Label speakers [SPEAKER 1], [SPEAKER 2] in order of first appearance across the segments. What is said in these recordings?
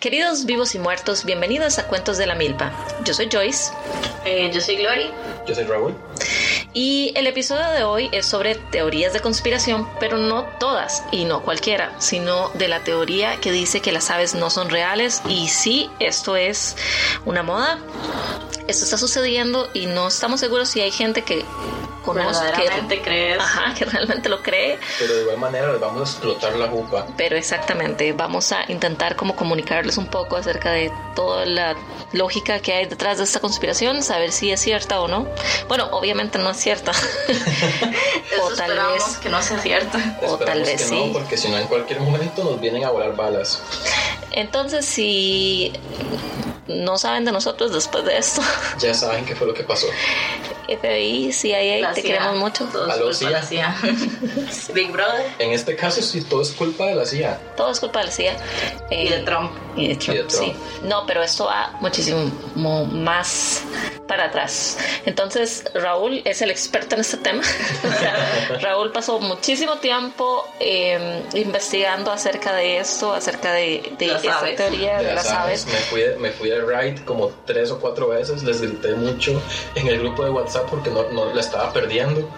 [SPEAKER 1] Queridos vivos y muertos, bienvenidos a Cuentos de la Milpa. Yo soy Joyce.
[SPEAKER 2] Eh, yo soy Glory.
[SPEAKER 3] Yo soy Raúl.
[SPEAKER 1] Y el episodio de hoy es sobre teorías de conspiración, pero no todas y no cualquiera, sino de la teoría que dice que las aves no son reales y sí, esto es una moda. Esto está sucediendo y no estamos seguros si hay gente que conoce
[SPEAKER 2] Verdaderamente
[SPEAKER 1] que,
[SPEAKER 2] crees.
[SPEAKER 1] ajá, que realmente lo cree,
[SPEAKER 3] Pero de igual manera les vamos a explotar la jupa.
[SPEAKER 1] pero exactamente vamos a intentar como comunicarles un poco acerca de toda la lógica que hay detrás de esta conspiración, saber si es cierta o no. Bueno, obviamente no es cierta.
[SPEAKER 2] Eso
[SPEAKER 1] o tal
[SPEAKER 2] esperamos
[SPEAKER 1] vez
[SPEAKER 2] que no sea cierto.
[SPEAKER 1] o tal
[SPEAKER 3] Esperamos
[SPEAKER 1] vez
[SPEAKER 3] que
[SPEAKER 1] sí.
[SPEAKER 3] no, porque si no en cualquier momento nos vienen a volar balas.
[SPEAKER 1] Entonces, si no saben de nosotros después de esto,
[SPEAKER 3] Ya saben qué fue lo que pasó.
[SPEAKER 1] FBI, CIA,
[SPEAKER 2] La
[SPEAKER 1] te
[SPEAKER 2] CIA.
[SPEAKER 1] queremos mucho.
[SPEAKER 2] Todo
[SPEAKER 3] Aló,
[SPEAKER 2] es culpa de la CIA. Big Brother
[SPEAKER 3] En este caso sí todo es culpa de la CIA.
[SPEAKER 1] Todo es culpa de la CIA.
[SPEAKER 2] y
[SPEAKER 1] Eh,
[SPEAKER 2] de Trump.
[SPEAKER 1] Y de Trump,
[SPEAKER 3] Y de Trump.
[SPEAKER 1] sí. No, pero esto va muchísimo más para atrás. Entonces, Raúl es el experto en este tema. Raúl pasó muchísimo tiempo eh, investigando acerca de esto, acerca de, de
[SPEAKER 2] Las
[SPEAKER 1] esta
[SPEAKER 2] aves.
[SPEAKER 1] teoría de las aves.
[SPEAKER 3] Me fui, de- me fui de ride como tres o cuatro veces, les grité mucho en el grupo de WhatsApp porque no, no la estaba perdiendo.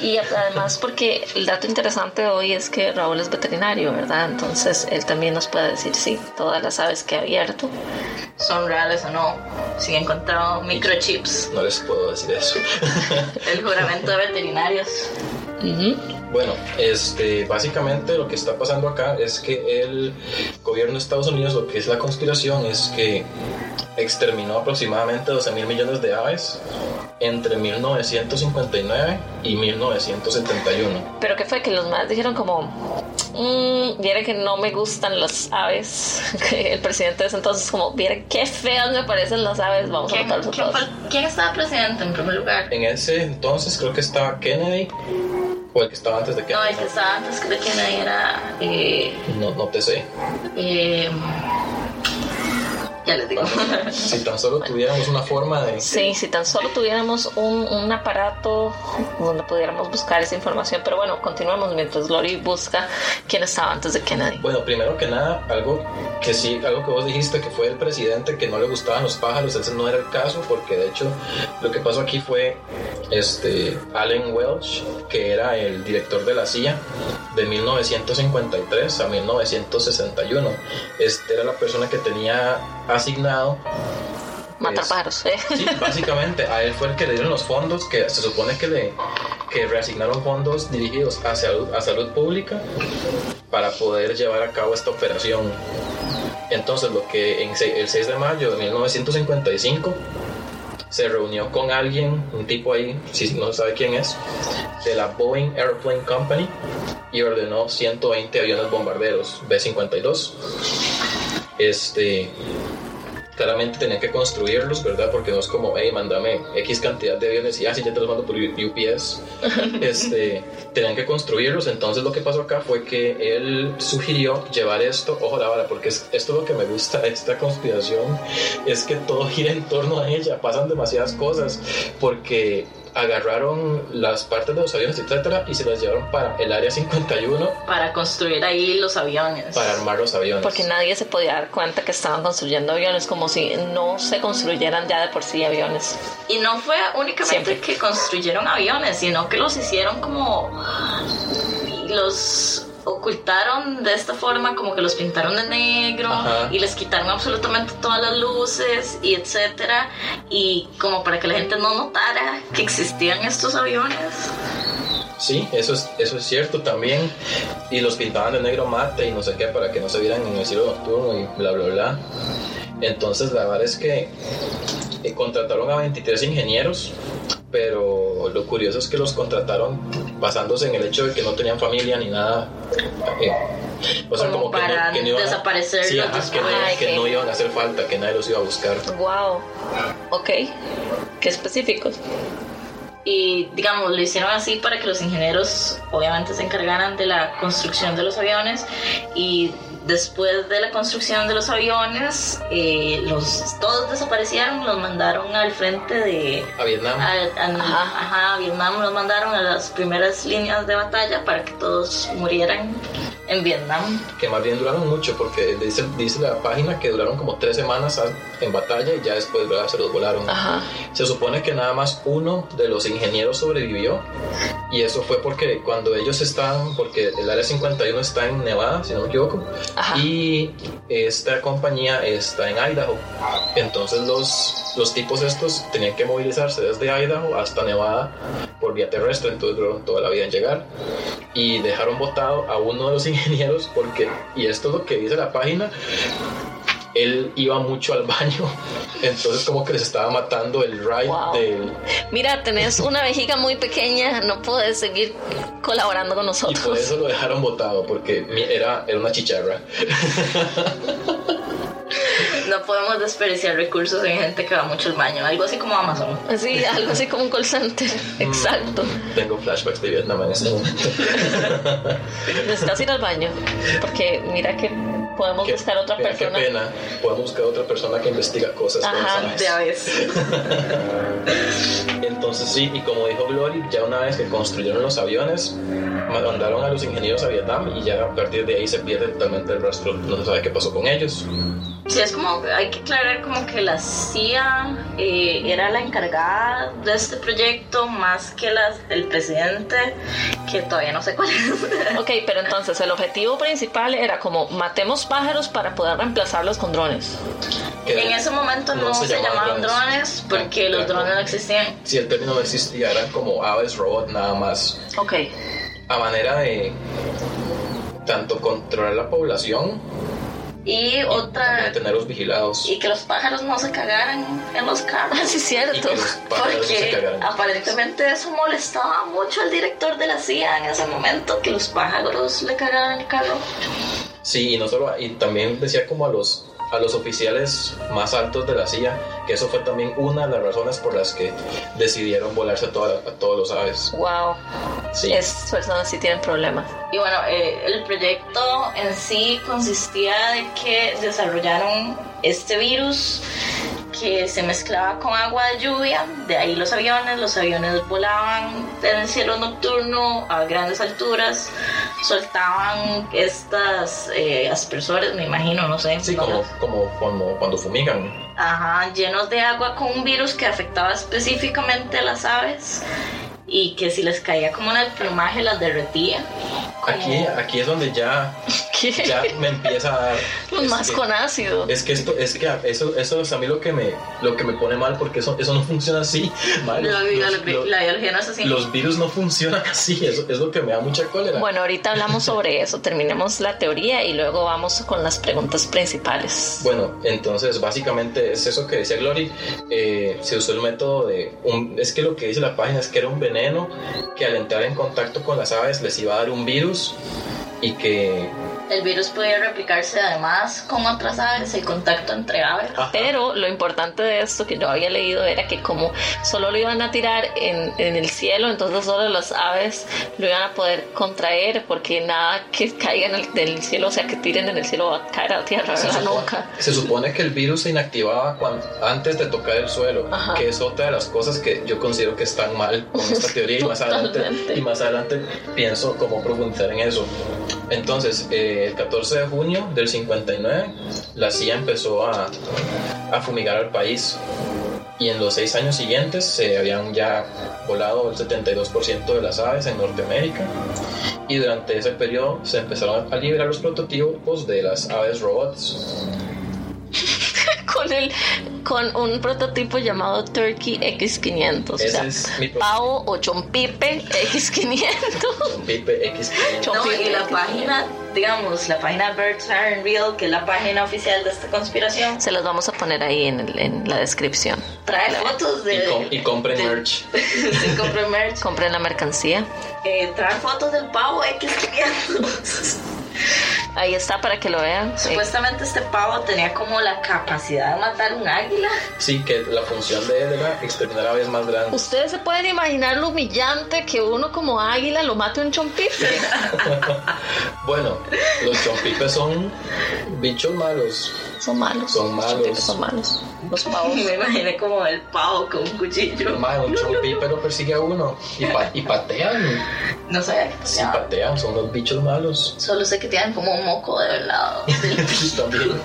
[SPEAKER 1] Y además porque el dato interesante hoy es que Raúl es veterinario, ¿verdad? Entonces, él también nos puede decir, sí, todas las aves que ha abierto.
[SPEAKER 2] son reales o no. Si encontraron microchips,
[SPEAKER 3] No les puedo decir eso.
[SPEAKER 2] el juramento de veterinarios.
[SPEAKER 1] Ujú.
[SPEAKER 3] Bueno, este, básicamente lo que está pasando acá es que el gobierno de Estados Unidos, lo que es la conspiración, es que exterminó aproximadamente 12 mil millones de aves entre 1959 y 1971.
[SPEAKER 1] Pero que fue que los más dijeron como, mmm, viera que no me gustan las aves. El presidente es entonces como, viera qué feas me parecen las aves, vamos a
[SPEAKER 2] ¿Quién,
[SPEAKER 1] matarlos a
[SPEAKER 2] quién
[SPEAKER 1] todas.
[SPEAKER 2] fue- quién estaba presidente en primer lugar?
[SPEAKER 3] En ese entonces creo que estaba Kennedy o el que estaba antes de
[SPEAKER 2] No,
[SPEAKER 3] Kennedy.
[SPEAKER 2] el que estaba antes creo que nadie era. eh,
[SPEAKER 3] No, no te sé.
[SPEAKER 2] eh, ya les digo.
[SPEAKER 3] Si tan solo tuviéramos una forma de...
[SPEAKER 1] Sí, si tan solo tuviéramos un, un aparato donde pudiéramos buscar esa información. Pero bueno, continuamos mientras Glory busca quién estaba antes de Kennedy.
[SPEAKER 3] Bueno, primero que nada, algo que sí, algo que vos dijiste que fue el presidente que no le gustaban los pájaros, ese no era el caso, porque de hecho lo que pasó aquí fue este Allen Welch, que era el director de la CIA de 1953 a 1961. Este era la persona que tenía asignado este,
[SPEAKER 1] Matar
[SPEAKER 3] es-
[SPEAKER 1] pájaros, ¿eh?
[SPEAKER 3] Sí, básicamente a él fue el que le dieron los fondos que se supone que le que reasignaron fondos dirigidos a salud, a salud pública para poder llevar a cabo esta operación. Entonces, lo que en se- el 6 de mayo de 1955 se reunió con alguien, un tipo ahí, si no sabe quién es, de la Boeing Airplane Company y ordenó 120 aviones bombarderos B-52. Este, claramente tenía que construirlos, ¿verdad? Porque no es como, hey, mándame X cantidad de aviones y así ya te los mando por U- UPS. este, tenían que construirlos, entonces lo que pasó acá fue que él sugirió llevar esto, ojo la vara, porque es- esto es lo que me gusta de esta conspiración, es que todo gira en torno a ella, pasan demasiadas cosas, porque agarraron las partes de los aviones, etcétera, y se las llevaron para el área 51
[SPEAKER 2] Para construir ahí los aviones.
[SPEAKER 3] para armar los aviones.
[SPEAKER 1] Porque nadie se podía dar cuenta que estaban construyendo aviones, como si no se construyeran ya de por sí aviones.
[SPEAKER 2] Y no fue únicamente
[SPEAKER 1] Siempre.
[SPEAKER 2] que construyeron aviones, sino que los hicieron como. Los ocultaron de esta forma, como que los pintaron de negro
[SPEAKER 3] Ajá.
[SPEAKER 2] y les quitaron absolutamente todas las luces y etcétera. Y como para que la gente no notara que existían estos aviones.
[SPEAKER 3] Sí, eso es, eso es cierto también. Y los pintaban de negro mate y no sé qué para que no se vieran en el cielo nocturno y bla, bla, bla. Entonces la verdad es que eh, contrataron a 23 ingenieros, pero lo curioso es que los contrataron basándose en el hecho de que no tenían familia ni nada. eh, o sea,
[SPEAKER 2] Como
[SPEAKER 3] como, que,
[SPEAKER 2] para
[SPEAKER 3] no, que no iban a-
[SPEAKER 2] desaparecerlos
[SPEAKER 3] Sí, ajá, que, no,
[SPEAKER 1] después.
[SPEAKER 3] que no iban a hacer falta, que nadie los iba a buscar.
[SPEAKER 1] Wow. Ok. Qué específicos.
[SPEAKER 2] Y digamos, lo hicieron así para que los ingenieros obviamente se encargaran de la construcción de los aviones y después de la construcción de los aviones, eh, los, todos desaparecieron, los mandaron al frente de...
[SPEAKER 3] A Vietnam.
[SPEAKER 2] al- al-
[SPEAKER 1] Ajá.
[SPEAKER 2] ajá, a Vietnam los mandaron a las primeras líneas de batalla para que todos murieran en Vietnam.
[SPEAKER 3] que más bien duraron mucho, porque dice, dice la página que duraron como tres semanas a- en batalla y ya después ¿verdad? se los volaron.
[SPEAKER 1] Ajá.
[SPEAKER 3] Se supone que nada más uno de los ingenieros sobrevivió y eso fue porque cuando ellos estaban, porque el área 51 está en Nevada, si no me equivoco,
[SPEAKER 1] Ajá.
[SPEAKER 3] y esta compañía está en Idaho. Entonces los, los tipos estos tenían que movilizarse desde Idaho hasta Nevada por vía terrestre, entonces duraron toda la vida en llegar. Y dejaron votado a uno de los ingenieros porque, y esto es lo que dice la página, él iba mucho al baño, entonces como que les estaba matando el ride
[SPEAKER 1] Wow.
[SPEAKER 3] del...
[SPEAKER 1] Mira, tenés una vejiga muy pequeña, no puedes seguir colaborando con
[SPEAKER 3] Y por
[SPEAKER 1] nosotros.
[SPEAKER 3] eso lo dejaron votado, porque mi- era, era una chicharra.
[SPEAKER 2] No podemos desperdiciar recursos en gente que va mucho al baño, algo así como Amazon.
[SPEAKER 1] Sí, algo así como un call center. Exacto.
[SPEAKER 3] Mm, Tengo flashbacks de Vietnam en ese momento.
[SPEAKER 1] Necesitas ir al baño. Porque mira que podemos
[SPEAKER 3] Qué-
[SPEAKER 1] buscar otra
[SPEAKER 3] mira,
[SPEAKER 1] persona.
[SPEAKER 3] Qué pena. Podemos buscar otra persona que investiga cosas. con
[SPEAKER 1] Ajá,
[SPEAKER 3] esas.
[SPEAKER 2] Ya ves.
[SPEAKER 3] Entonces sí, y como dijo Glory, ya una vez que construyeron los aviones, mandaron a los ingenieros a Vietnam y ya a partir de ahí se pierde totalmente el rastro. No se sabe qué pasó con ellos.
[SPEAKER 2] Sí, es como, hay que aclarar como que la CIA eh, era la encargada de este proyecto más que las, el presidente, que todavía no sé cuál es.
[SPEAKER 1] Ok, pero entonces el objetivo principal era como matemos pájaros para poder reemplazarlos con drones.
[SPEAKER 3] Que
[SPEAKER 2] En ese momento no, se, llamaban drones, porque los
[SPEAKER 3] Era
[SPEAKER 2] drones no
[SPEAKER 3] como-
[SPEAKER 2] existían.
[SPEAKER 3] Si el término no existía, eran como aves robot nada más.
[SPEAKER 1] Ok.
[SPEAKER 3] A manera de tanto controlar la población
[SPEAKER 2] Y
[SPEAKER 3] como de
[SPEAKER 2] otra,
[SPEAKER 3] tenerlos vigilados.
[SPEAKER 2] y que los pájaros no se cagaran en los carros.
[SPEAKER 1] Así es
[SPEAKER 3] y
[SPEAKER 1] cierto.
[SPEAKER 3] que los pájaros no se
[SPEAKER 2] Porque
[SPEAKER 3] cagaran.
[SPEAKER 2] aparentemente eso molestaba mucho al director de la CIA en ese momento, que los pájaros le cagaran el carro.
[SPEAKER 3] Sí, y no solo, y también decía como a los a los oficiales más altos de la CIA, que eso fue también una de las razones por las que decidieron volarse a, toda- a todos los aves.
[SPEAKER 1] Wow.
[SPEAKER 3] Sí.
[SPEAKER 1] Esas personas sí tienen problemas.
[SPEAKER 2] Y bueno, eh, el proyecto en sí consistía de que desarrollaron este virus que se mezclaba con agua de lluvia, de ahí los aviones, los aviones volaban en el cielo nocturno a grandes alturas, soltaban estas eh, aspersores, me imagino, no sé.
[SPEAKER 3] Sí,
[SPEAKER 2] no
[SPEAKER 3] como, como cuando, cuando fumigan.
[SPEAKER 2] Ajá, llenos de agua con un virus que afectaba específicamente a las aves y que si les caía como en el plumaje las derretía. Como-
[SPEAKER 3] Aquí, aquí es donde ya,
[SPEAKER 1] ¿Qué?
[SPEAKER 3] ya me empieza a dar. es
[SPEAKER 1] Más
[SPEAKER 3] que-
[SPEAKER 1] con ácido.
[SPEAKER 3] Es que esto, es que a- eso, eso es a mí lo que me, lo que me pone mal, porque eso, eso no funciona así. Mal.
[SPEAKER 2] La,
[SPEAKER 3] Los-
[SPEAKER 2] vida- la,
[SPEAKER 3] los-
[SPEAKER 2] la biología no es así.
[SPEAKER 3] los virus no funcionan así, eso es lo que me da mucha cólera.
[SPEAKER 1] Bueno, ahorita hablamos sobre eso, terminemos la teoría y luego vamos con las preguntas principales.
[SPEAKER 3] Bueno, entonces básicamente es eso que decía Glory. eh, se usó el método de. un- es que lo que dice la página es que era un veneno que al entrar en contacto con las aves les iba a dar un virus y que.
[SPEAKER 2] El virus podía replicarse además con otras aves, el contacto entre aves.
[SPEAKER 3] ajá,
[SPEAKER 1] Pero lo importante de esto que yo había leído era que como solo lo iban a tirar en, en el cielo, entonces solo las aves lo iban a poder contraer porque nada que caiga en el, del cielo, o sea, que tiren en el cielo va a caer a la tierra,
[SPEAKER 3] se,
[SPEAKER 1] ¿verdad?
[SPEAKER 3] supone,
[SPEAKER 1] Nunca.
[SPEAKER 3] se supone que el virus se inactivaba cuan- antes de tocar el suelo,
[SPEAKER 1] Ajá.
[SPEAKER 3] que es otra de las cosas que yo considero que están mal con esta teoría y más adelante,
[SPEAKER 1] Totalmente.
[SPEAKER 3] y más adelante pienso cómo profundizar en eso. Entonces, eh, el 14 de junio del 59, la CIA empezó a, a fumigar al país y en los seis años siguientes se habían ya volado el 72% de las aves en Norteamérica y durante ese periodo se empezaron a liberar los prototipos de las aves robots.
[SPEAKER 1] Con, el, con un prototipo llamado Turkey X500. o sea,
[SPEAKER 3] Ese es mi prototipo,
[SPEAKER 1] Pavo o Chompipe X500.
[SPEAKER 3] Pipe X500.
[SPEAKER 1] Yo-
[SPEAKER 2] No, y la página, digamos, la página Birds Are Real, que es la página oficial de esta conspiración,
[SPEAKER 1] Se los vamos a poner ahí en, el- en la descripción.
[SPEAKER 2] trae fotos
[SPEAKER 3] Y, com-
[SPEAKER 2] de...
[SPEAKER 3] y compren
[SPEAKER 2] de-
[SPEAKER 3] merch.
[SPEAKER 2] se compra merch,
[SPEAKER 1] Compren la mercancía.
[SPEAKER 2] eh, trae fotos del pavo X500.
[SPEAKER 1] Ahí está para que lo vean. Sí.
[SPEAKER 2] Supuestamente este pavo tenía como la capacidad de matar un águila.
[SPEAKER 3] Sí, que la función de él era exterminar aves más grandes.
[SPEAKER 1] Ustedes se pueden imaginar lo humillante que uno como águila lo mate un chompipe.
[SPEAKER 3] Bueno, los chompipes son bichos malos.
[SPEAKER 1] Son malos.
[SPEAKER 3] Son malos.
[SPEAKER 1] Los chompitos son malos. Los pavos.
[SPEAKER 2] Me imaginé como el pavo con un cuchillo.
[SPEAKER 3] Mae, un chompi pero persigue a uno y, pa- y patean.
[SPEAKER 2] No sabía que
[SPEAKER 3] Sí,
[SPEAKER 2] pateaban.
[SPEAKER 3] patean, son los bichos malos.
[SPEAKER 2] Solo sé que tienen como un moco de lado.
[SPEAKER 3] También.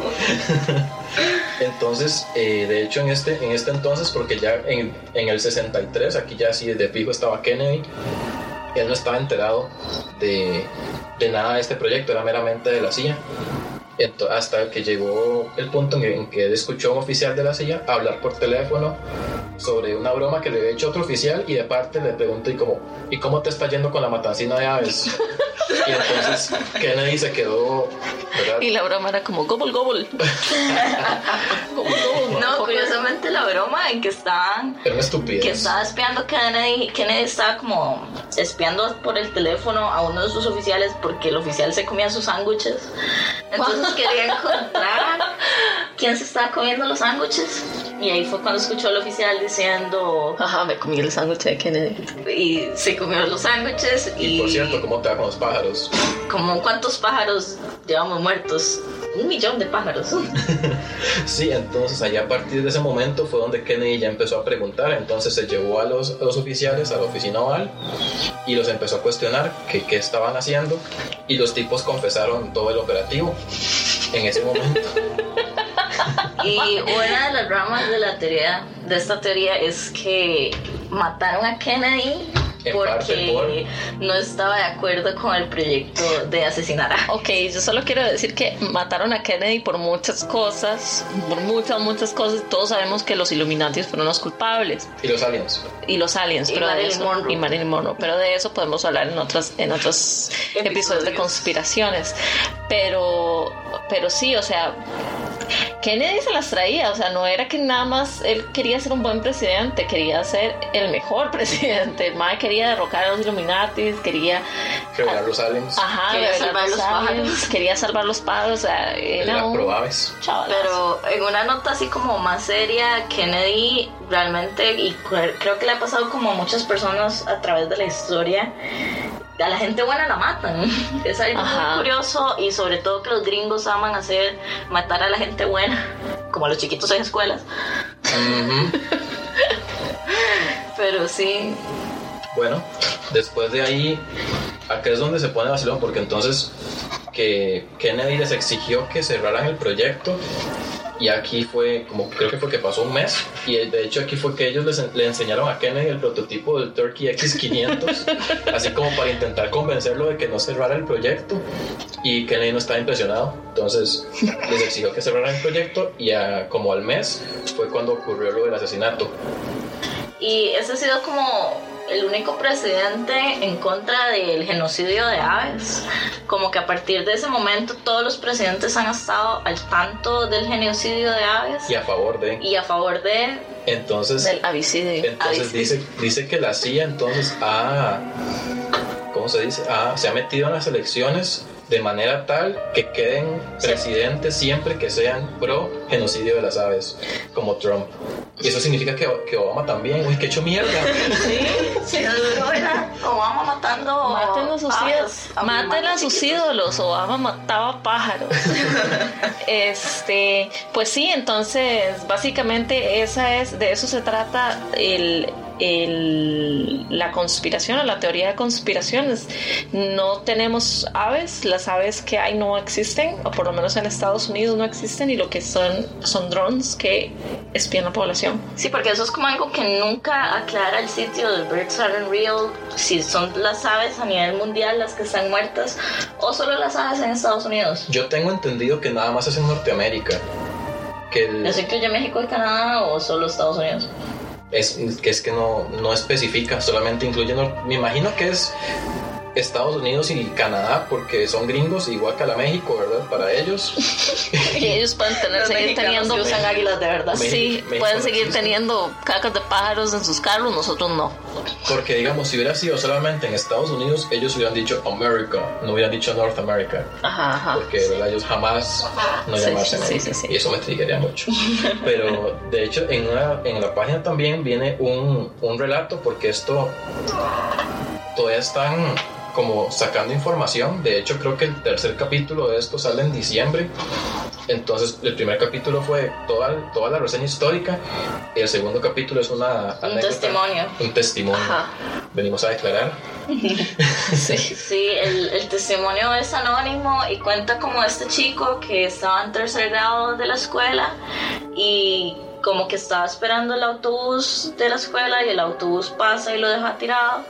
[SPEAKER 3] Entonces, eh, de hecho, en este, en este entonces, porque ya en, en el 63, aquí ya sí de fijo estaba Kennedy, él no estaba enterado de, de nada de este proyecto, era meramente de la CIA. Ento- hasta que llegó el punto en que, en que él escuchó a un oficial de la CIA hablar por teléfono sobre una broma que le había hecho otro oficial y de parte le preguntó y como, ¿y cómo te está yendo con la matancina de aves? Y entonces Kennedy se quedó, ¿verdad?
[SPEAKER 1] Y la broma era como gobble gobble. gobble gobble.
[SPEAKER 2] No, curiosamente la broma en que estaban
[SPEAKER 3] Era una estupidez.
[SPEAKER 2] que estaba espiando a Kennedy, Kennedy estaba como espiando por el teléfono a uno de sus oficiales porque el oficial se comía sus sándwiches. Entonces quería encontrar quién se estaba comiendo los sándwiches. Y ahí fue cuando escuchó al oficial diciendo
[SPEAKER 1] Ajá, me comí el sándwich de Kennedy.
[SPEAKER 2] y se comió los sándwiches
[SPEAKER 3] Y
[SPEAKER 2] y,
[SPEAKER 3] por cierto, ¿cómo te va con los pájaros?
[SPEAKER 2] como cuántos pájaros llevamos muertos. Un millón de pájaros.
[SPEAKER 3] Sí, entonces allá a partir de ese momento fue donde Kennedy ya empezó a preguntar, entonces se llevó a los, a los oficiales a la oficina oval y los empezó a cuestionar que qué estaban haciendo y los tipos confesaron todo el operativo en ese momento.
[SPEAKER 2] Y una de las ramas de la teoría, de esta teoría, es que mataron a Kennedy
[SPEAKER 3] En parte por-
[SPEAKER 2] porque no estaba de acuerdo con el proyecto de asesinar a.
[SPEAKER 1] Ok, yo solo quiero decir que mataron a Kennedy por muchas cosas, por muchas, muchas cosas. Todos sabemos que los Illuminati fueron los culpables
[SPEAKER 3] Y los aliens.
[SPEAKER 1] y los aliens,
[SPEAKER 2] Y
[SPEAKER 1] pero de
[SPEAKER 2] Marilyn
[SPEAKER 1] eso,
[SPEAKER 2] Monroe.
[SPEAKER 1] y Marilyn Monroe. Pero de eso podemos hablar en otros, en otros
[SPEAKER 2] Episodios.
[SPEAKER 1] episodios de conspiraciones. Pero, pero sí, o sea, Kennedy se las traía, o sea, no era que nada más él quería ser un buen presidente, quería ser el mejor presidente. El mae quería derrocar a los Illuminati, quería
[SPEAKER 3] Revelar
[SPEAKER 1] Ah.
[SPEAKER 3] los aliens.
[SPEAKER 1] Ajá,
[SPEAKER 2] Quería
[SPEAKER 1] revelar
[SPEAKER 2] salvar los
[SPEAKER 1] aliens,
[SPEAKER 2] pájaros.
[SPEAKER 1] Quería salvar los pájaros. O sea, era
[SPEAKER 3] Las
[SPEAKER 1] un
[SPEAKER 3] probables.
[SPEAKER 1] chavalazo.
[SPEAKER 2] Pero en una nota así como más seria, Kennedy realmente, y cre- creo que le ha pasado como a muchas personas a través de la historia, a la gente buena la matan. Es algo
[SPEAKER 1] Ajá.
[SPEAKER 2] muy curioso y sobre todo que los gringos aman hacer matar a la gente buena, como los chiquitos en escuelas.
[SPEAKER 3] Ujú.
[SPEAKER 2] Pero sí,
[SPEAKER 3] Bueno, después de ahí, acá es donde se pone vacilón, porque entonces que Kennedy les exigió que cerraran el proyecto y aquí fue, como creo que fue que pasó un mes, y de hecho aquí fue que ellos les en- le enseñaron a Kennedy el prototipo del Turkey X500, así como para intentar convencerlo de que no cerrara el proyecto, y Kennedy no estaba impresionado, entonces les exigió que cerraran el proyecto y a- como al mes fue cuando ocurrió lo del asesinato.
[SPEAKER 2] Y ese ha sido como el único presidente en contra del genocidio de aves. Como que a partir de ese momento todos los presidentes han estado al tanto del genocidio de aves
[SPEAKER 3] Y a favor de...
[SPEAKER 2] y a favor de...
[SPEAKER 3] Entonces...
[SPEAKER 1] Del avicidio.
[SPEAKER 3] Entonces
[SPEAKER 2] Ay,
[SPEAKER 3] dice, dice que la CIA entonces ha, ¿cómo se dice? Ha- se ha metido en las elecciones de manera tal que queden
[SPEAKER 2] Sí.
[SPEAKER 3] presidentes siempre que sean pro genocidio de las aves, como Trump. Y eso significa que, que Obama también, uy, que hecho mierda.
[SPEAKER 2] Sí, sí, duro era Obama matando...
[SPEAKER 1] Maten a sus
[SPEAKER 2] aves,
[SPEAKER 1] ídolos.
[SPEAKER 2] a
[SPEAKER 1] Maten a
[SPEAKER 2] animales
[SPEAKER 1] sus
[SPEAKER 2] chiquitos.
[SPEAKER 1] ídolos. Obama mataba pájaros. este, pues sí, entonces, básicamente, esa es, de eso se trata el. el- la conspiración o la teoría de conspiraciones no tenemos aves las aves que hay no existen o por lo menos en Estados Unidos no existen y lo que son son drones que espían la población
[SPEAKER 2] Sí, porque eso es como algo que nunca aclara el sitio del Birds Aren't Real, si son las aves a nivel mundial las que están muertas o solo las aves en Estados Unidos.
[SPEAKER 3] Yo tengo entendido que nada más es en Norteamérica. Que, el-
[SPEAKER 2] ¿Eso incluye México y Canadá o solo Estados Unidos?
[SPEAKER 3] es, que es que no, no especifica, solamente incluye, Nor- me imagino que es Estados Unidos y Canadá, porque son gringos, igual que a la México, ¿verdad? Para ellos.
[SPEAKER 1] y ellos pueden tener seguir teniendo
[SPEAKER 2] que usan águilas de verdad.
[SPEAKER 3] Me-
[SPEAKER 1] Sí,
[SPEAKER 3] México
[SPEAKER 1] pueden
[SPEAKER 3] no
[SPEAKER 1] seguir
[SPEAKER 3] existe.
[SPEAKER 1] teniendo cacas de pájaros en sus carros, nosotros no.
[SPEAKER 3] Porque digamos, si hubiera sido solamente en Estados Unidos, ellos hubieran dicho America, no hubieran dicho North America,
[SPEAKER 1] Ajá, ajá.
[SPEAKER 3] porque ¿verdad? ellos jamás no
[SPEAKER 1] Sí,
[SPEAKER 3] llamarse
[SPEAKER 1] Ah, sí,
[SPEAKER 3] América.
[SPEAKER 1] sí, sí, sí.
[SPEAKER 3] Y eso me trigaría mucho. Pero de hecho, en, una- en la página también viene un, un relato, porque esto todavía están como sacando información. De hecho, creo que el tercer capítulo de esto sale en diciembre. Entonces, el primer capítulo fue toda, toda la reseña histórica y el segundo capítulo es una
[SPEAKER 2] Un testimonio.
[SPEAKER 3] Un testimonio.
[SPEAKER 1] Ajá.
[SPEAKER 3] Venimos a declarar. sí.
[SPEAKER 2] Sí, el, el testimonio es anónimo y cuenta como este chico que estaba en tercer grado de la escuela y como que estaba esperando el autobús de la escuela y el autobús pasa y lo deja tirado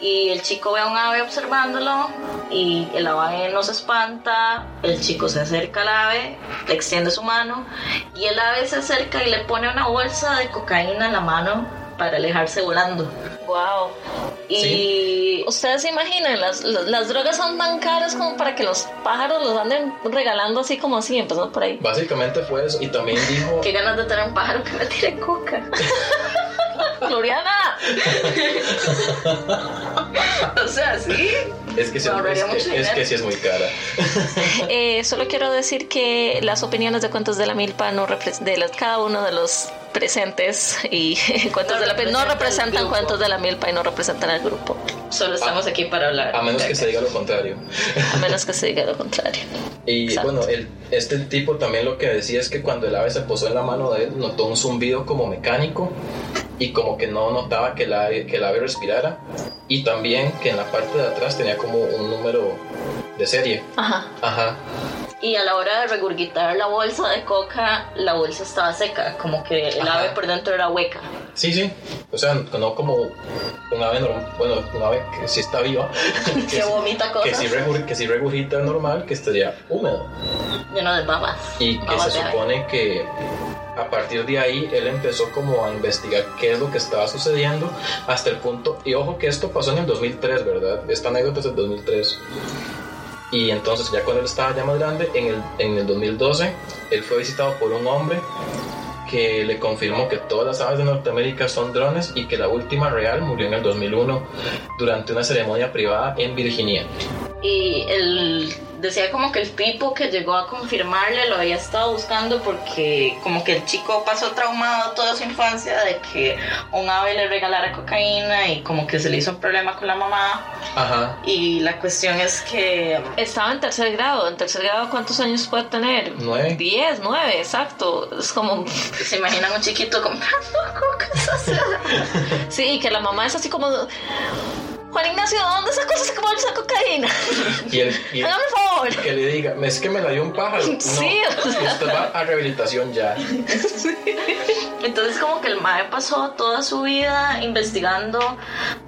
[SPEAKER 2] y el chico ve a un ave observándolo y el ave no se espanta, el chico se acerca al ave, le extiende su mano y el ave se acerca y le pone una bolsa de cocaína en la mano para alejarse volando.
[SPEAKER 1] Wow.
[SPEAKER 2] Y
[SPEAKER 1] ¿Ustedes se imaginan? Las, las, las drogas son tan caras como para que los pájaros los anden regalando así como así, empezando por ahí.
[SPEAKER 3] Básicamente fue eso. Y también dijo.
[SPEAKER 2] Qué ganas de tener un pájaro que me tire coca.
[SPEAKER 1] ¡Gloriana!
[SPEAKER 2] o sea, sí.
[SPEAKER 3] Es que, sí,
[SPEAKER 2] Ahorraría
[SPEAKER 3] es, que-
[SPEAKER 2] mucho
[SPEAKER 3] es
[SPEAKER 2] dinero.
[SPEAKER 3] que sí es muy cara.
[SPEAKER 1] Eh, solo quiero decir que las opiniones de cuentos de la milpa no repre- de las- cada uno de los presentes y cuentos
[SPEAKER 2] No
[SPEAKER 1] de la milpa no
[SPEAKER 2] representan el
[SPEAKER 1] representan
[SPEAKER 2] grupo.
[SPEAKER 1] cuentos de la milpa y no representan al grupo,
[SPEAKER 2] Solo estamos aquí para hablar.
[SPEAKER 3] A menos que se diga lo contrario.
[SPEAKER 1] a menos que se diga lo contrario.
[SPEAKER 3] Y
[SPEAKER 1] Exacto.
[SPEAKER 3] bueno, el- este tipo también lo que decía es que cuando el ave se posó en la mano de él, notó un zumbido como mecánico y como que no notaba que el ave, que el ave respirara. Y también que en la parte de atrás tenía como un número de serie.
[SPEAKER 1] Ajá.
[SPEAKER 3] Ajá.
[SPEAKER 2] Y a la hora de regurgitar la bolsa de coca, la bolsa estaba seca, como que el
[SPEAKER 3] Ajá.
[SPEAKER 2] ave por dentro era hueca.
[SPEAKER 3] Sí, sí. O sea, no como un ave normal. Bueno, un ave que sí está viva. que,
[SPEAKER 2] Que
[SPEAKER 3] sí-
[SPEAKER 2] vomita
[SPEAKER 3] que
[SPEAKER 2] cosas
[SPEAKER 3] sí regur- que sí regurgita normal, que estaría húmedo.
[SPEAKER 2] lleno de babas.
[SPEAKER 3] y que se
[SPEAKER 2] babas de ave.
[SPEAKER 3] supone que a partir de ahí él empezó como a investigar qué es lo que estaba sucediendo hasta el punto y ojo que esto pasó en el 2003 verdad esta anécdota es del 2003 y entonces ya cuando él estaba ya más grande en el, en el 2012 él fue visitado por un hombre que le confirmó que todas las aves de Norteamérica son drones y que la última real murió en el 2001 durante una ceremonia privada en Virginia.
[SPEAKER 2] Y él decía como que el tipo que llegó a confirmarle lo había estado buscando porque como que el chico pasó traumado toda su infancia de que un ave le regalara cocaína y como que se le hizo un problema con la mamá.
[SPEAKER 3] Ajá.
[SPEAKER 2] Y la cuestión es que
[SPEAKER 1] Estaba en tercer grado. En tercer grado, ¿cuántos años puede tener?
[SPEAKER 3] Nueve.
[SPEAKER 1] Diez, nueve, exacto. Es como.
[SPEAKER 2] se imaginan un chiquito comprando cocas. O sea,
[SPEAKER 1] Sí, y que la mamá es así como. Juan Ignacio, ¿dónde sacó esa bolsa de cocaína?
[SPEAKER 3] Y el, y el-
[SPEAKER 1] Hágame el favor.
[SPEAKER 3] que le diga, es que me la dio un pájaro. No,
[SPEAKER 1] Sí, o sea.
[SPEAKER 3] usted va a rehabilitación ya.
[SPEAKER 2] Entonces como que el mae pasó toda su vida investigando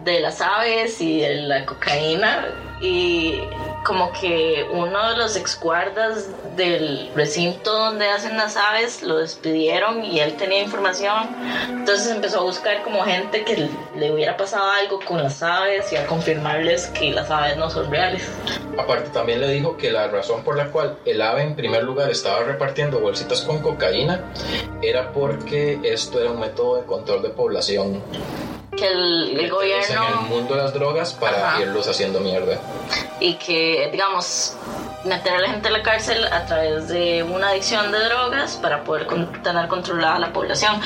[SPEAKER 2] de las aves y de la cocaína y como que uno de los exguardas del recinto donde hacen las aves lo despidieron y él tenía información. Entonces empezó a buscar como gente que le hubiera pasado algo con las aves y a confirmarles que las aves no son reales.
[SPEAKER 3] Aparte, también le dijo que la razón por la cual el ave en primer lugar estaba repartiendo bolsitas con cocaína era porque esto era un método de control de población.
[SPEAKER 2] Que el, el
[SPEAKER 3] Meterlos En el
[SPEAKER 2] gobierno
[SPEAKER 3] mundo de las drogas para
[SPEAKER 2] Ajá.
[SPEAKER 3] irlos haciendo mierda.
[SPEAKER 2] y que, digamos, meter a la gente en la cárcel a través de una adicción de drogas para poder con- tener controlada la población.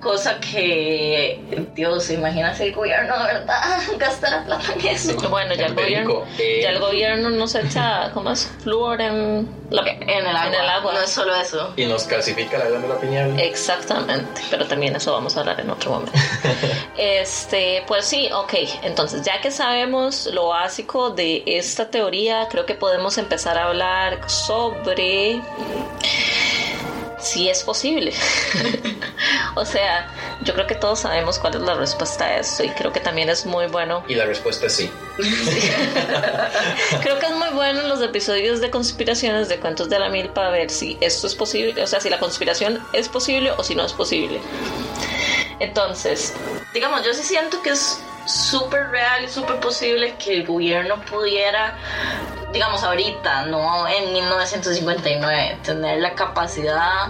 [SPEAKER 2] Cosa que, Dios, imagínate el gobierno, de ¿verdad? Gastar plata en eso.
[SPEAKER 1] Bueno, ya el
[SPEAKER 3] Perico,
[SPEAKER 1] gobierno.
[SPEAKER 3] eh.
[SPEAKER 1] Ya el gobierno no se echa. ¿Cómo es? Flúor en, la-
[SPEAKER 2] En el agua. No es solo eso.
[SPEAKER 3] Y nos calcifica la glándula pineal.
[SPEAKER 1] Eh. Exactamente, pero también eso vamos a hablar en otro momento. este, pues sí, ok, entonces ya que sabemos lo básico de esta teoría, creo que podemos empezar a hablar sobre si es posible. o sea, yo creo que todos sabemos cuál es la respuesta a esto y creo que también es muy bueno
[SPEAKER 3] Y la respuesta es sí.
[SPEAKER 1] Creo que es muy bueno en los episodios de conspiraciones de cuentos de la mil para ver si esto es posible, o sea, si la conspiración es posible o si no es posible. Entonces,
[SPEAKER 2] Digamos, yo sí siento que es súper real y súper posible que el gobierno pudiera, digamos ahorita, no en 1959, tener la capacidad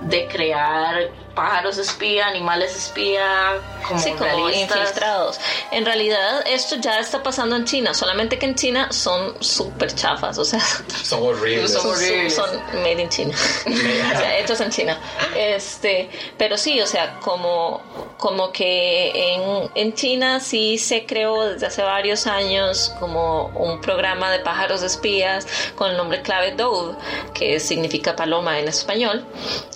[SPEAKER 2] de crear pájaros espía, animales espía, como,
[SPEAKER 1] Sí, como
[SPEAKER 2] realistas.
[SPEAKER 1] infiltrados. En realidad, esto ya está pasando en China, solamente que en China son súper chafas, o sea,
[SPEAKER 3] Son horribles.
[SPEAKER 2] Son horribles.
[SPEAKER 1] son made in China. o sea, hechos en China. Este, pero sí, o sea, como, como que en, en China sí se creó desde hace varios años como un programa de pájaros espías con el nombre clave Dove, que significa paloma en español.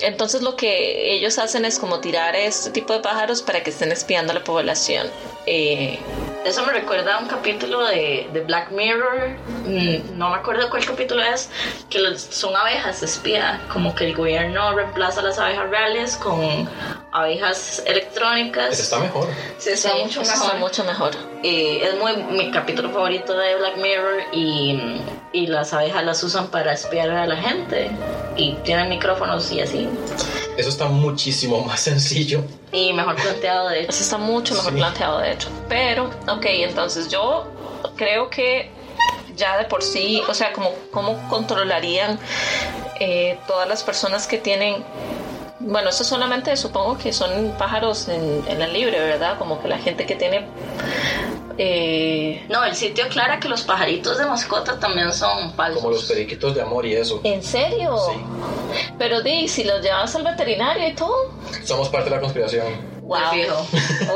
[SPEAKER 1] Entonces lo que ellos hacen es como tirar este tipo de pájaros para que estén espiando a la población. Eh,
[SPEAKER 2] Eso me recuerda a un capítulo de, de Black Mirror, mm, no me acuerdo cuál capítulo es, que los- son abejas espía, como que el gobierno reemplaza las abejas reales con abejas electrónicas.
[SPEAKER 3] Ese está mejor.
[SPEAKER 2] Sí, está
[SPEAKER 1] sí,
[SPEAKER 2] mucho
[SPEAKER 1] eso
[SPEAKER 2] mejor.
[SPEAKER 1] está mucho mejor.
[SPEAKER 2] Eh, es muy mi capítulo favorito de Black Mirror y, y las abejas las usan para espiar a la gente y tienen micrófonos y así.
[SPEAKER 3] Eso está muchísimo más sencillo.
[SPEAKER 2] Y mejor planteado de hecho.
[SPEAKER 1] Eso está mucho mejor
[SPEAKER 3] Sí.
[SPEAKER 1] planteado, de hecho. Pero, ok, entonces yo creo que ya de por sí, o sea, como cómo controlarían eh, todas las personas que tienen... Bueno, eso solamente supongo que son pájaros en, en la libre, ¿verdad? Como que la gente que tiene... eh,
[SPEAKER 2] No, el sitio aclara que los pajaritos de mascota también son falsos.
[SPEAKER 3] Como los periquitos de amor y eso.
[SPEAKER 2] Eh,
[SPEAKER 1] ¿En serio?
[SPEAKER 2] oh.
[SPEAKER 3] Sí.
[SPEAKER 1] Pero di, si los llevas al veterinario y todo...
[SPEAKER 3] Somos parte de la conspiración.
[SPEAKER 2] Wow.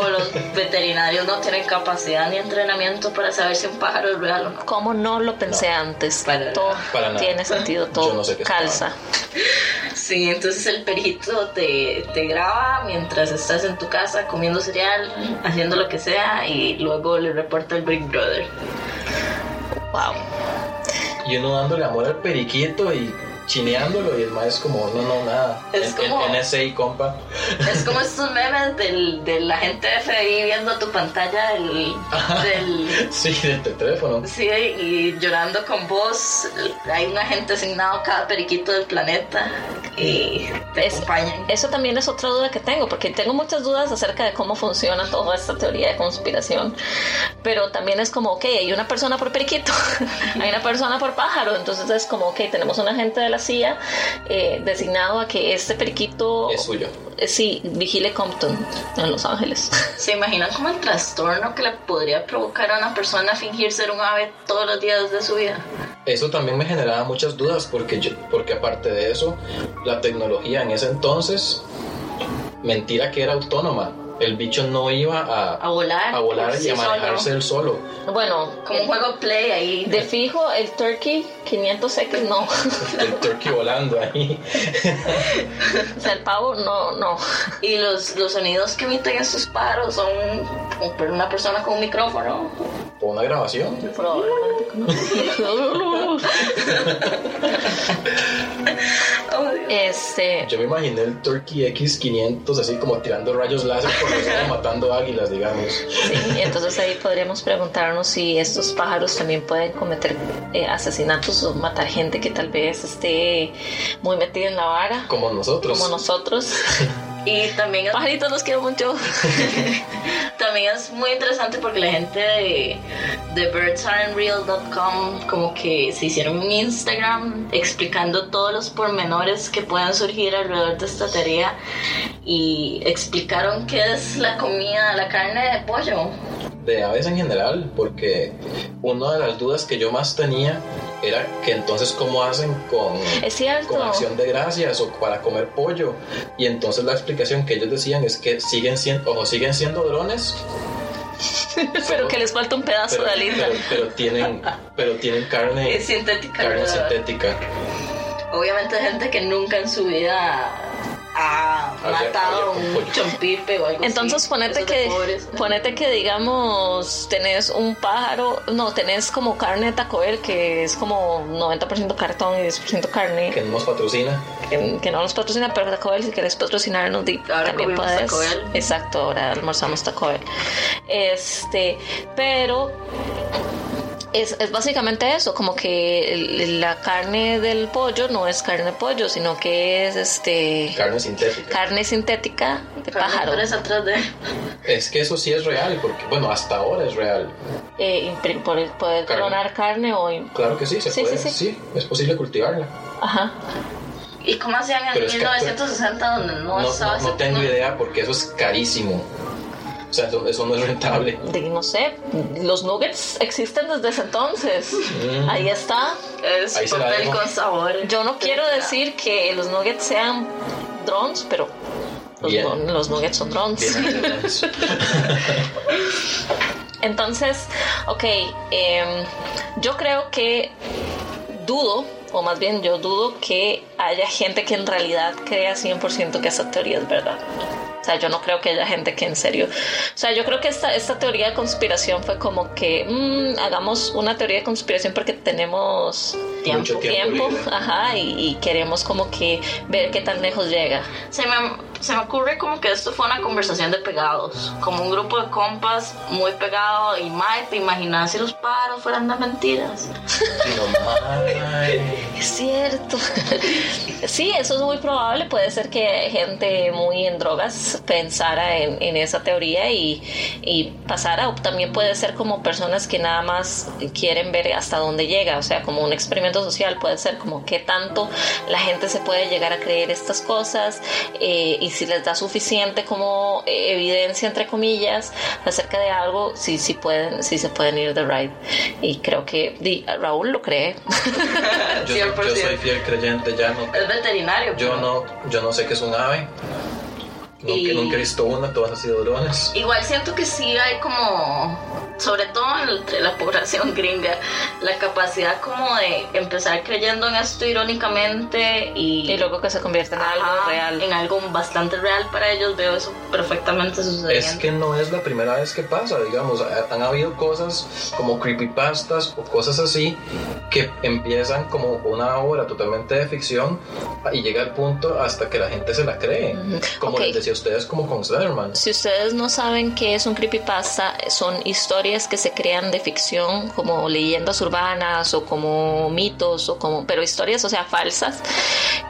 [SPEAKER 2] O los veterinarios no tienen capacidad ni entrenamiento para saber si un pájaro es real o no.
[SPEAKER 1] ¿Cómo no lo pensé antes?
[SPEAKER 2] Para
[SPEAKER 1] todo
[SPEAKER 2] nada.
[SPEAKER 3] Para nada.
[SPEAKER 1] tiene sentido,
[SPEAKER 3] Yo
[SPEAKER 1] todo
[SPEAKER 3] no sé qué es
[SPEAKER 1] calza.
[SPEAKER 3] pájaro.
[SPEAKER 2] Sí, entonces el perrito te, te graba mientras estás en tu casa comiendo cereal, haciendo lo que sea y luego le reporta el Big Brother.
[SPEAKER 1] Wow.
[SPEAKER 3] Y uno dándole amor al periquito y chineándolo y el más es como, no, no, nada.
[SPEAKER 2] Es
[SPEAKER 3] el,
[SPEAKER 2] como-
[SPEAKER 3] el NSA, compa.
[SPEAKER 2] Es como estos memes del, de la gente de FBI viendo tu pantalla del... del
[SPEAKER 3] Sí, del te- teléfono.
[SPEAKER 2] sí, y llorando con vos. Hay un agente asignado a cada periquito del planeta y te
[SPEAKER 1] Es-
[SPEAKER 2] acompañan.
[SPEAKER 1] Eso también es otra duda que tengo, porque tengo muchas dudas acerca de cómo funciona toda esta teoría de conspiración. Pero también es como, ok, hay una persona por periquito, hay una persona por pájaro. Entonces es como, ok, tenemos un agente de la CIA eh, designado a que este periquito,
[SPEAKER 3] Es suyo.
[SPEAKER 1] eh, sí, vigile Compton en Los Ángeles.
[SPEAKER 2] ¿Se imaginan como el trastorno que le podría provocar a una persona fingir ser un ave todos los días de su vida?
[SPEAKER 3] Eso también me generaba muchas dudas porque, yo- porque aparte de eso, la tecnología en ese entonces, mentira que era autónoma. El bicho no iba
[SPEAKER 2] A
[SPEAKER 3] a,
[SPEAKER 2] volar.
[SPEAKER 3] a volar
[SPEAKER 2] por
[SPEAKER 3] y
[SPEAKER 2] sí
[SPEAKER 3] a manejarse
[SPEAKER 2] solo.
[SPEAKER 3] él solo.
[SPEAKER 1] Bueno,
[SPEAKER 2] Como un juego play ahí.
[SPEAKER 1] de fijo, el Turkey 500X no.
[SPEAKER 3] El turkey volando ahí.
[SPEAKER 1] O sea, el pavo no, no.
[SPEAKER 2] Y los, los sonidos que emiten esos paros son como por una persona con un micrófono.
[SPEAKER 3] Por una grabación.
[SPEAKER 1] Probablemente no.
[SPEAKER 2] Oh, Dios.
[SPEAKER 1] Este,
[SPEAKER 3] Yo me imaginé el Turkey X500 así como tirando rayos láser por los ojos, matando águilas, digamos.
[SPEAKER 1] Sí, entonces ahí podríamos preguntarnos si estos pájaros también pueden cometer eh, asesinatos o matar gente que tal vez esté muy metida en la vara,
[SPEAKER 3] Como nosotros.
[SPEAKER 1] como nosotros.
[SPEAKER 2] Y también es,
[SPEAKER 1] Pajaritos, los quiero mucho.
[SPEAKER 2] también es muy interesante porque la gente de, de birdsarenreal.com como que se hicieron un Instagram explicando todos los pormenores que pueden surgir alrededor de esta teoría y explicaron qué es la comida, la carne de pollo.
[SPEAKER 3] de aves en general, porque una de las dudas que yo más tenía era que entonces cómo hacen con,
[SPEAKER 1] Es cierto.
[SPEAKER 3] con acción de gracias o para comer pollo. Y entonces la explicación que ellos decían es que siguen siendo, ojo, siguen siendo drones,
[SPEAKER 1] Pero que les falta un pedazo
[SPEAKER 3] pero,
[SPEAKER 1] de alita.
[SPEAKER 3] pero- pero tienen, pero tienen carne,
[SPEAKER 2] Es sintética.
[SPEAKER 3] carne
[SPEAKER 2] ¿verdad?
[SPEAKER 3] sintética.
[SPEAKER 2] Obviamente gente que nunca en su vida ha
[SPEAKER 3] Había-
[SPEAKER 2] matado
[SPEAKER 3] había
[SPEAKER 2] un
[SPEAKER 3] pollo.
[SPEAKER 2] chompipe o algo
[SPEAKER 1] Entonces
[SPEAKER 2] así.
[SPEAKER 1] ponete
[SPEAKER 2] Eso de
[SPEAKER 1] que
[SPEAKER 2] pobres.
[SPEAKER 1] ponete que digamos tenés un pájaro, no, tenés como carne de Taco Bell que es como 90% cartón y 10% carne.
[SPEAKER 3] Que no nos patrocina.
[SPEAKER 1] que, que no nos patrocina, pero Taco Bell, si querés patrocinarnos, di-
[SPEAKER 2] Ahora
[SPEAKER 1] también
[SPEAKER 2] comemos
[SPEAKER 1] puedes.
[SPEAKER 2] Taco Bell.
[SPEAKER 1] Exacto, ahora almorzamos Taco Bell. Este, pero es, es básicamente eso, como que el- la carne del pollo no es carne de pollo, sino que es este
[SPEAKER 3] Carne sintética.
[SPEAKER 1] carne sintética de
[SPEAKER 2] Carlos
[SPEAKER 1] pájaro.
[SPEAKER 2] Pérez atrás de
[SPEAKER 3] Es que eso sí es real, porque bueno, hasta ahora es real.
[SPEAKER 1] Eh, imprim- por el poder
[SPEAKER 3] Carne.
[SPEAKER 1] clonar carne o im-
[SPEAKER 3] Claro que sí, se
[SPEAKER 1] Sí,
[SPEAKER 3] puede.
[SPEAKER 1] sí, sí.
[SPEAKER 3] sí, es posible cultivarla.
[SPEAKER 1] ajá.
[SPEAKER 2] ¿Y cómo hacían en
[SPEAKER 3] Pero es que-
[SPEAKER 2] 1960 donde no,
[SPEAKER 3] No,
[SPEAKER 2] estaba
[SPEAKER 3] no,
[SPEAKER 2] ese
[SPEAKER 3] no tengo
[SPEAKER 2] no?
[SPEAKER 3] idea porque eso es carísimo. O sea, eso, eso no es rentable.
[SPEAKER 1] De- no sé, los nuggets existen desde ese entonces.
[SPEAKER 3] Mm.
[SPEAKER 1] Ahí está.
[SPEAKER 2] Es
[SPEAKER 3] Ahí se la
[SPEAKER 2] papel
[SPEAKER 3] dejo.
[SPEAKER 2] con sabor.
[SPEAKER 1] Yo no quiero decir que los nuggets sean drones, pero los,
[SPEAKER 3] Bien.
[SPEAKER 1] nu- los nuggets son drones.
[SPEAKER 3] Bien, entonces,
[SPEAKER 1] Entonces, ok, em, yo creo que dudo, o más bien yo dudo que haya gente que en realidad crea 100% que esta teoría es verdad. O sea, yo no creo que haya gente que en serio. O sea, yo creo que esta, esta teoría de conspiración fue como que mm, hagamos una teoría de conspiración porque tenemos
[SPEAKER 2] Tiempo.
[SPEAKER 3] Mucho tiempo.
[SPEAKER 1] tiempo,
[SPEAKER 3] libre.
[SPEAKER 1] ajá, y, y queremos como que ver qué tan lejos llega.
[SPEAKER 2] Se me, se me ocurre como que esto fue una conversación de pegados, como un grupo de compas muy pegado y mae, te imaginas si los paros fueran las mentiras.
[SPEAKER 3] No, madre.
[SPEAKER 1] Es cierto. sí, eso es muy probable. Puede ser que gente muy en drogas pensara en, en esa teoría y, y pasara. O también puede ser como personas que nada más quieren ver hasta dónde llega. O sea, como un experimento social. Puede ser como qué tanto la gente se puede llegar a creer estas cosas eh, y si les da suficiente como eh, evidencia, entre comillas, acerca de algo, si, si, pueden, si se pueden ir de ride. Y creo que di, Raúl lo cree.
[SPEAKER 3] Yo, soy- yo
[SPEAKER 2] 100%.
[SPEAKER 3] soy fiel creyente, ya no.
[SPEAKER 2] Es veterinario. pues.
[SPEAKER 3] Yo
[SPEAKER 2] pero-
[SPEAKER 3] no, yo no sé qué es un ave. Nunca,
[SPEAKER 2] Y-
[SPEAKER 3] nunca he visto una, todas han sido drones.
[SPEAKER 2] Igual siento que sí hay como, sobre todo entre la población gringa, la capacidad como de empezar creyendo en esto irónicamente y,
[SPEAKER 1] y luego que se convierte en algo
[SPEAKER 2] Ajá,
[SPEAKER 1] real.
[SPEAKER 2] En algo bastante real para ellos, veo eso perfectamente sucediendo.
[SPEAKER 3] Es que no es la primera vez que pasa, digamos, ha- han habido cosas como creepypastas o cosas así que empiezan como una obra totalmente de ficción y llega al punto hasta que la gente se la cree. Como
[SPEAKER 1] Ok.
[SPEAKER 3] les decía a ustedes, como con Slenderman.
[SPEAKER 1] Si ustedes no saben qué es un creepypasta, son historias que se crean de ficción, como leyendas urbanas o como mitos o como, pero historias, o sea, falsas,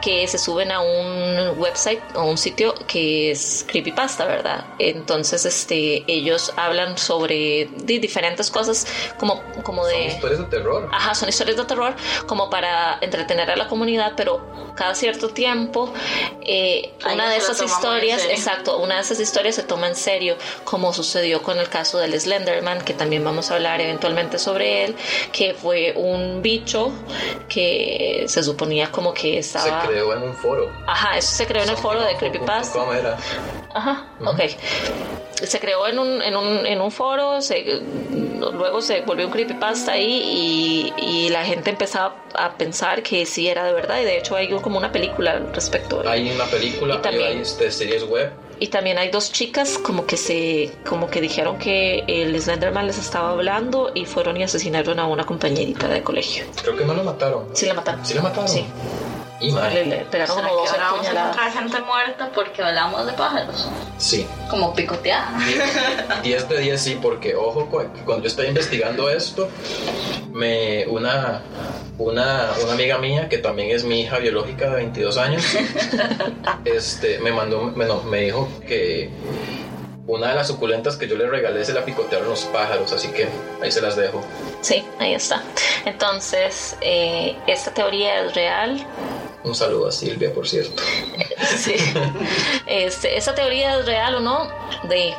[SPEAKER 1] que se suben a un website o un sitio que es creepypasta, ¿verdad? Entonces, este, ellos hablan sobre di- diferentes cosas como, como
[SPEAKER 3] Son
[SPEAKER 1] de...
[SPEAKER 3] historias de terror.
[SPEAKER 1] Ajá, son historias de terror como para entretener a la comunidad, pero cada cierto tiempo eh,
[SPEAKER 2] Ahí
[SPEAKER 1] una de
[SPEAKER 2] se la
[SPEAKER 1] esas
[SPEAKER 2] toma muy en
[SPEAKER 1] historias,
[SPEAKER 2] serio.
[SPEAKER 1] exacto, una de esas historias se toma en serio, como sucedió con el caso del Slenderman, que también vamos a hablar eventualmente sobre él, que fue un bicho que se suponía como que
[SPEAKER 3] Se
[SPEAKER 1] estaba...
[SPEAKER 3] creó en un foro.
[SPEAKER 1] Ajá, eso se creó en el foro de Creepypasta.
[SPEAKER 3] ¿Cómo era?
[SPEAKER 1] Ajá, ok. Se creó en un, en un, en un foro, se, luego se volvió un creepypasta ahí y, y la gente empezaba a pensar que sí era de verdad y de hecho hay como una película al respecto.
[SPEAKER 3] Hay una película,
[SPEAKER 1] Y también-
[SPEAKER 3] hay este, series web.
[SPEAKER 1] Y también hay dos chicas como que se como que dijeron que el Slenderman les estaba hablando y fueron y asesinaron a una compañerita de colegio.
[SPEAKER 3] Creo que no la mataron.
[SPEAKER 1] Sí la mataron.
[SPEAKER 3] ¿Sí la mataron? Ah.
[SPEAKER 1] Sí.
[SPEAKER 3] Y
[SPEAKER 1] Le,
[SPEAKER 3] madre.
[SPEAKER 1] le pegaron
[SPEAKER 2] ¿Será
[SPEAKER 1] como
[SPEAKER 2] que
[SPEAKER 1] dos
[SPEAKER 2] ahora vamos a
[SPEAKER 1] puñaladas.
[SPEAKER 2] encontrar gente muerta porque hablamos de pájaros?
[SPEAKER 3] Sí.
[SPEAKER 2] Como picoteada.
[SPEAKER 3] 10 de 10 este sí, porque ojo, cu- cuando yo estaba investigando esto, me, una, una, una amiga mía, que también es mi hija biológica de 22 años, este, me, mandó, me, no, me dijo que una de las suculentas que yo le regalé se la picotearon los pájaros, así que ahí se las dejo.
[SPEAKER 1] Sí, ahí está. Entonces, eh, esta teoría es real.
[SPEAKER 3] Un saludo a Silvia, por cierto.
[SPEAKER 1] Sí. Este, ¿Esa teoría es real o no? De,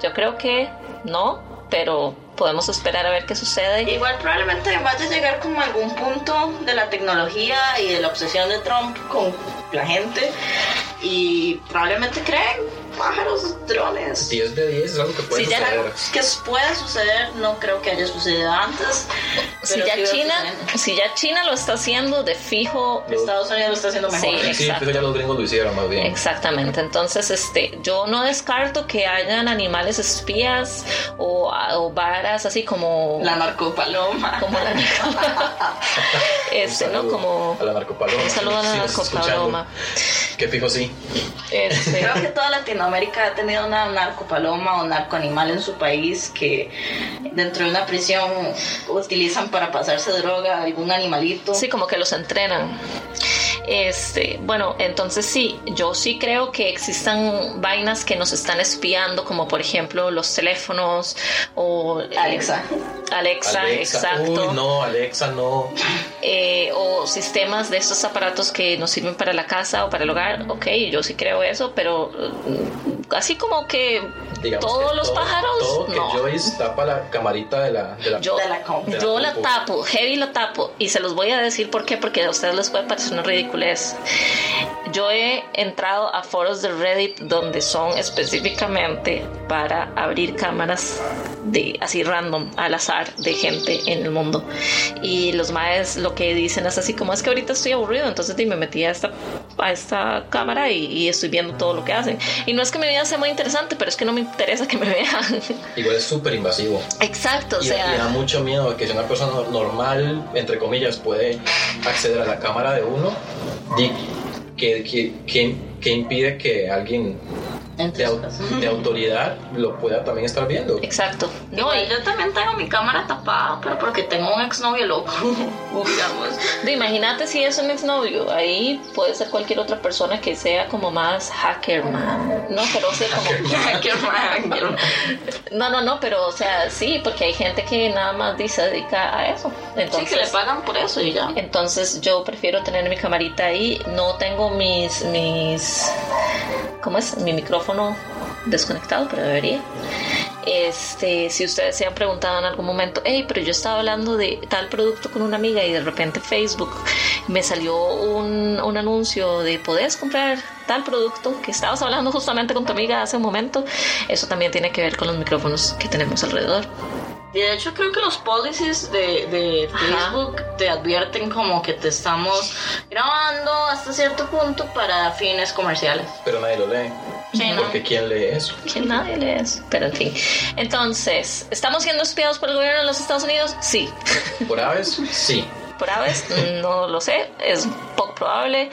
[SPEAKER 1] yo creo que no, pero podemos esperar a ver qué sucede.
[SPEAKER 2] Igual probablemente vaya a llegar como a algún punto de la tecnología y de la obsesión de Trump con la gente y probablemente creen pájaros, drones.
[SPEAKER 3] 10 de 10 es algo que puede
[SPEAKER 2] Si ya era algo
[SPEAKER 3] suceder.
[SPEAKER 2] que pueda suceder, no creo que haya sucedido antes.
[SPEAKER 1] Si
[SPEAKER 2] pero
[SPEAKER 1] ya,
[SPEAKER 2] sí veo
[SPEAKER 1] China,
[SPEAKER 2] sucediendo.
[SPEAKER 1] si ya China lo está haciendo de fijo,
[SPEAKER 2] Estados Unidos lo está haciendo mejor.
[SPEAKER 1] Sí.
[SPEAKER 3] Sí,
[SPEAKER 1] Exacto.
[SPEAKER 3] pero ya los gringos lo hicieron más bien.
[SPEAKER 1] Exactamente, entonces este, yo no descarto que hayan animales espías o, o varas así como,
[SPEAKER 2] La narcopaloma.
[SPEAKER 1] como la
[SPEAKER 3] Un
[SPEAKER 1] este, ¿no?
[SPEAKER 3] saludo
[SPEAKER 1] Como
[SPEAKER 3] A la Marco Paloma.
[SPEAKER 1] un saludo a
[SPEAKER 3] Sí,
[SPEAKER 1] la
[SPEAKER 3] nos está escuchando.
[SPEAKER 1] copaloma.
[SPEAKER 3] Que fijo sí.
[SPEAKER 1] Este,
[SPEAKER 2] Creo que toda Latinoamérica ha tenido una narcopaloma o narcoanimal en su país que dentro de una prisión utilizan para pasarse droga a algún animalito.
[SPEAKER 1] Sí, como que los entrenan. Este, bueno, entonces sí, yo sí creo que existan vainas que nos están espiando, como por ejemplo los teléfonos o eh,
[SPEAKER 2] Alexa.
[SPEAKER 1] Alexa, exacto.
[SPEAKER 3] Uy, no, Alexa, no.
[SPEAKER 1] Eh, o sistemas de estos aparatos que nos sirven para la casa o para el hogar. Ok, yo sí creo eso, pero mm, así como que
[SPEAKER 3] Digamos
[SPEAKER 1] todos
[SPEAKER 3] que
[SPEAKER 1] los
[SPEAKER 3] todo-
[SPEAKER 1] pájaros,
[SPEAKER 3] Todo que
[SPEAKER 1] no.
[SPEAKER 3] Joyce tapa la camarita de la. De la
[SPEAKER 1] Yo,
[SPEAKER 2] De la compu.
[SPEAKER 1] yo la
[SPEAKER 3] compu.
[SPEAKER 1] tapo, Heavy la tapo, y se los voy a decir por qué, porque a ustedes les puede parecer una ridiculez. Yo he entrado a foros de Reddit donde son específicamente para abrir cámaras de así random, al azar, de gente en el mundo. Y los maes lo que dicen es así como es que ahorita estoy aburrido, entonces di, me metí a esta, a esta cámara y, y estoy viendo todo lo que hacen. Y no es que mi vida sea muy interesante, pero es que no me interesa que me vean.
[SPEAKER 3] Igual es súper invasivo.
[SPEAKER 1] Exacto, o
[SPEAKER 3] Y,
[SPEAKER 1] sea...
[SPEAKER 3] y da mucho miedo que si una persona normal, entre comillas, puede acceder a la cámara de uno, di- que, que, que- que impide que alguien de,
[SPEAKER 2] Entre
[SPEAKER 3] au- de autoridad lo pueda también estar viendo.
[SPEAKER 1] Exacto. No,
[SPEAKER 2] No,
[SPEAKER 1] y-
[SPEAKER 2] y yo también tengo mi cámara tapada, pero porque tengo un exnovio loco, digamos.
[SPEAKER 1] de- imagínate si es un exnovio. Ahí puede ser cualquier otra persona que sea como más hacker, man. No, pero o sea, como.
[SPEAKER 2] Qué mal.
[SPEAKER 1] No, no, no, pero o sea, sí, porque hay gente que nada más di- se dedica a eso.
[SPEAKER 2] Sí,
[SPEAKER 1] Entonces,
[SPEAKER 2] que le pagan por eso y ya.
[SPEAKER 1] entonces yo prefiero tener mi camarita ahí. No tengo mis. mis ¿Cómo es? Mi micrófono desconectado, pero debería. Este, si ustedes se han preguntado en algún momento, hey, pero yo estaba hablando de tal producto con una amiga y de repente Facebook me salió un, un anuncio de podés comprar tal producto que estabas hablando justamente con tu amiga hace un momento, eso también tiene que ver con los micrófonos que tenemos alrededor.
[SPEAKER 2] Y de hecho creo que los policies de, de
[SPEAKER 1] Ajá.
[SPEAKER 2] Facebook te advierten como que te estamos grabando hasta cierto punto para fines comerciales.
[SPEAKER 3] Pero nadie lo lee.
[SPEAKER 2] Sí, ¿no?
[SPEAKER 3] Porque ¿quién lee eso?
[SPEAKER 1] que nadie lee eso, pero en fin. Entonces, ¿estamos siendo espiados por el gobierno de los Estados Unidos? Sí.
[SPEAKER 3] ¿Por aves? Sí.
[SPEAKER 1] Por aves, no lo sé, es poco probable.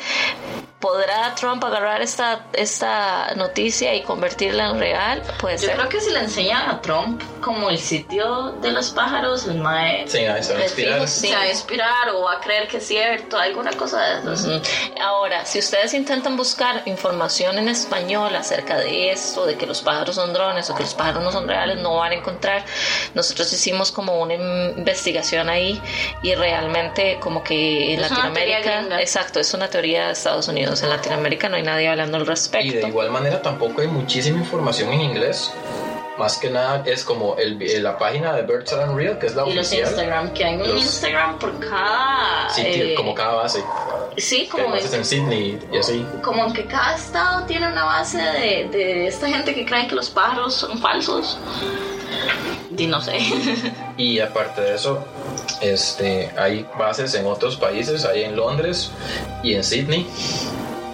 [SPEAKER 1] ¿Podrá Trump agarrar esta, esta noticia y convertirla en real? Puede
[SPEAKER 2] Yo
[SPEAKER 1] ser.
[SPEAKER 2] creo que si le enseñan a Trump como el sitio de los pájaros, el mae
[SPEAKER 3] Sí, nadie se va a
[SPEAKER 1] Pues
[SPEAKER 3] inspirar.
[SPEAKER 1] fijo, sí.
[SPEAKER 2] se va a inspirar o va a creer que es cierto, alguna cosa de esas.
[SPEAKER 1] Ujú. Ahora, si ustedes intentan buscar información en español acerca de esto, de que los pájaros son drones o que los pájaros no son reales, no van a encontrar. Nosotros hicimos como una investigación ahí y realmente como que en
[SPEAKER 2] Es una teoría
[SPEAKER 1] Latinoamérica,
[SPEAKER 2] gringa.
[SPEAKER 1] exacto, es una teoría de Estados Unidos. En Latinoamérica no hay nadie hablando al
[SPEAKER 3] Y de
[SPEAKER 1] respecto.
[SPEAKER 3] igual manera tampoco hay muchísima información en inglés. Más que nada es como el, eh, la página de Birds Are Unreal, que es la
[SPEAKER 2] Y los
[SPEAKER 3] oficial.
[SPEAKER 2] Instagram, que hay un
[SPEAKER 3] Los-
[SPEAKER 2] Instagram por cada...
[SPEAKER 3] Sí, tío,
[SPEAKER 2] eh,
[SPEAKER 3] como eh, cada base.
[SPEAKER 2] Sí,
[SPEAKER 3] Que
[SPEAKER 2] como
[SPEAKER 3] además es en Sydney y así.
[SPEAKER 2] como que cada estado tiene una base de, de esta gente que cree que los pájaros son falsos. Y no sé.
[SPEAKER 3] Y aparte de eso, este, hay bases en otros países, hay en Londres y en Sydney,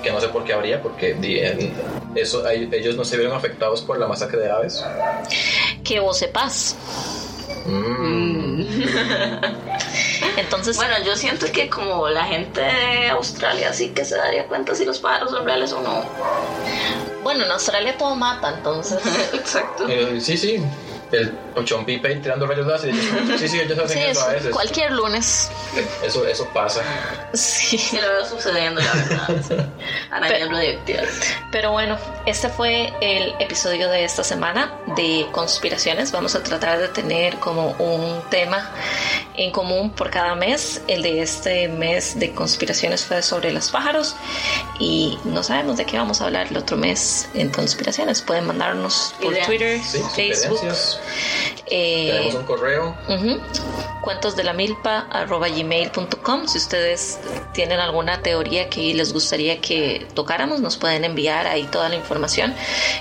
[SPEAKER 3] que no sé por qué habría, porque di- en- eso, ahí- ellos no se vieron afectados por la masacre de aves.
[SPEAKER 1] Que vos sepas.
[SPEAKER 3] Mm.
[SPEAKER 1] Entonces,
[SPEAKER 2] bueno, yo siento que como la gente de Australia sí que se daría cuenta si los pájaros son reales o no.
[SPEAKER 1] bueno, en Australia todo mata, entonces.
[SPEAKER 2] Exacto.
[SPEAKER 3] Eh, sí, sí, el Chompi Pei tirando rayos láser. Sí, sí, ellos hacen
[SPEAKER 1] Sí,
[SPEAKER 3] eso
[SPEAKER 1] es
[SPEAKER 3] a veces.
[SPEAKER 1] cualquier lunes.
[SPEAKER 3] Eso, eso pasa.
[SPEAKER 1] Sí.
[SPEAKER 2] Sí lo veo sucediendo, la verdad. Arañas radioactivas.
[SPEAKER 1] Pero bueno, este fue el episodio de esta semana de conspiraciones. Vamos a tratar de tener como un tema en común por cada mes. El de este mes de conspiraciones fue sobre los pájaros y no sabemos de qué vamos a hablar el otro mes en conspiraciones. Pueden mandarnos por
[SPEAKER 2] Ideas.
[SPEAKER 1] Twitter,
[SPEAKER 3] Sí,
[SPEAKER 1] Facebook,
[SPEAKER 3] sugerencias.
[SPEAKER 1] eh,
[SPEAKER 3] Tenemos un correo.
[SPEAKER 1] Ujú. Cuentos de la milpa gmail.com si ustedes tienen alguna teoría que les gustaría que tocáramos nos pueden enviar ahí toda la información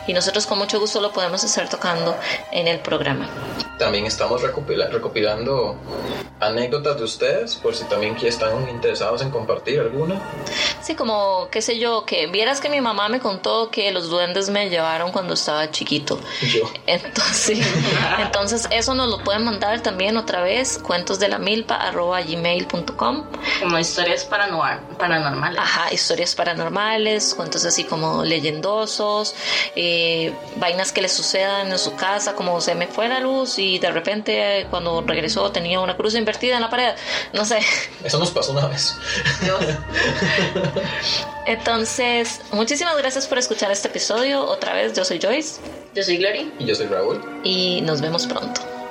[SPEAKER 1] y nosotros con mucho gusto lo podemos estar tocando en el programa
[SPEAKER 3] También estamos recopila- recopilando anécdotas de ustedes, por si también que están interesados en compartir alguna.
[SPEAKER 1] sí como qué sé yo que vieras que mi mamá me contó que los duendes me llevaron cuando estaba chiquito
[SPEAKER 3] Yo.
[SPEAKER 1] Entonces, entonces eso nos lo pueden mandar también otra vez, cuentosdelamilpa.gmail.com
[SPEAKER 2] Como historias paranua- paranormales.
[SPEAKER 1] Ajá, historias paranormales, cuentos así como leyendosos, eh, vainas que le sucedan en su casa, como se me fue la luz y de repente eh, cuando regresó tenía una cruz invertida en la pared, no sé.
[SPEAKER 3] Eso nos pasó una vez.
[SPEAKER 1] Ah,
[SPEAKER 2] Dios.
[SPEAKER 1] Entonces, muchísimas gracias por escuchar este episodio. Otra vez, yo soy Joyce
[SPEAKER 2] Yo soy Glory.
[SPEAKER 3] Y yo soy Raúl.
[SPEAKER 1] y nos vemos pronto.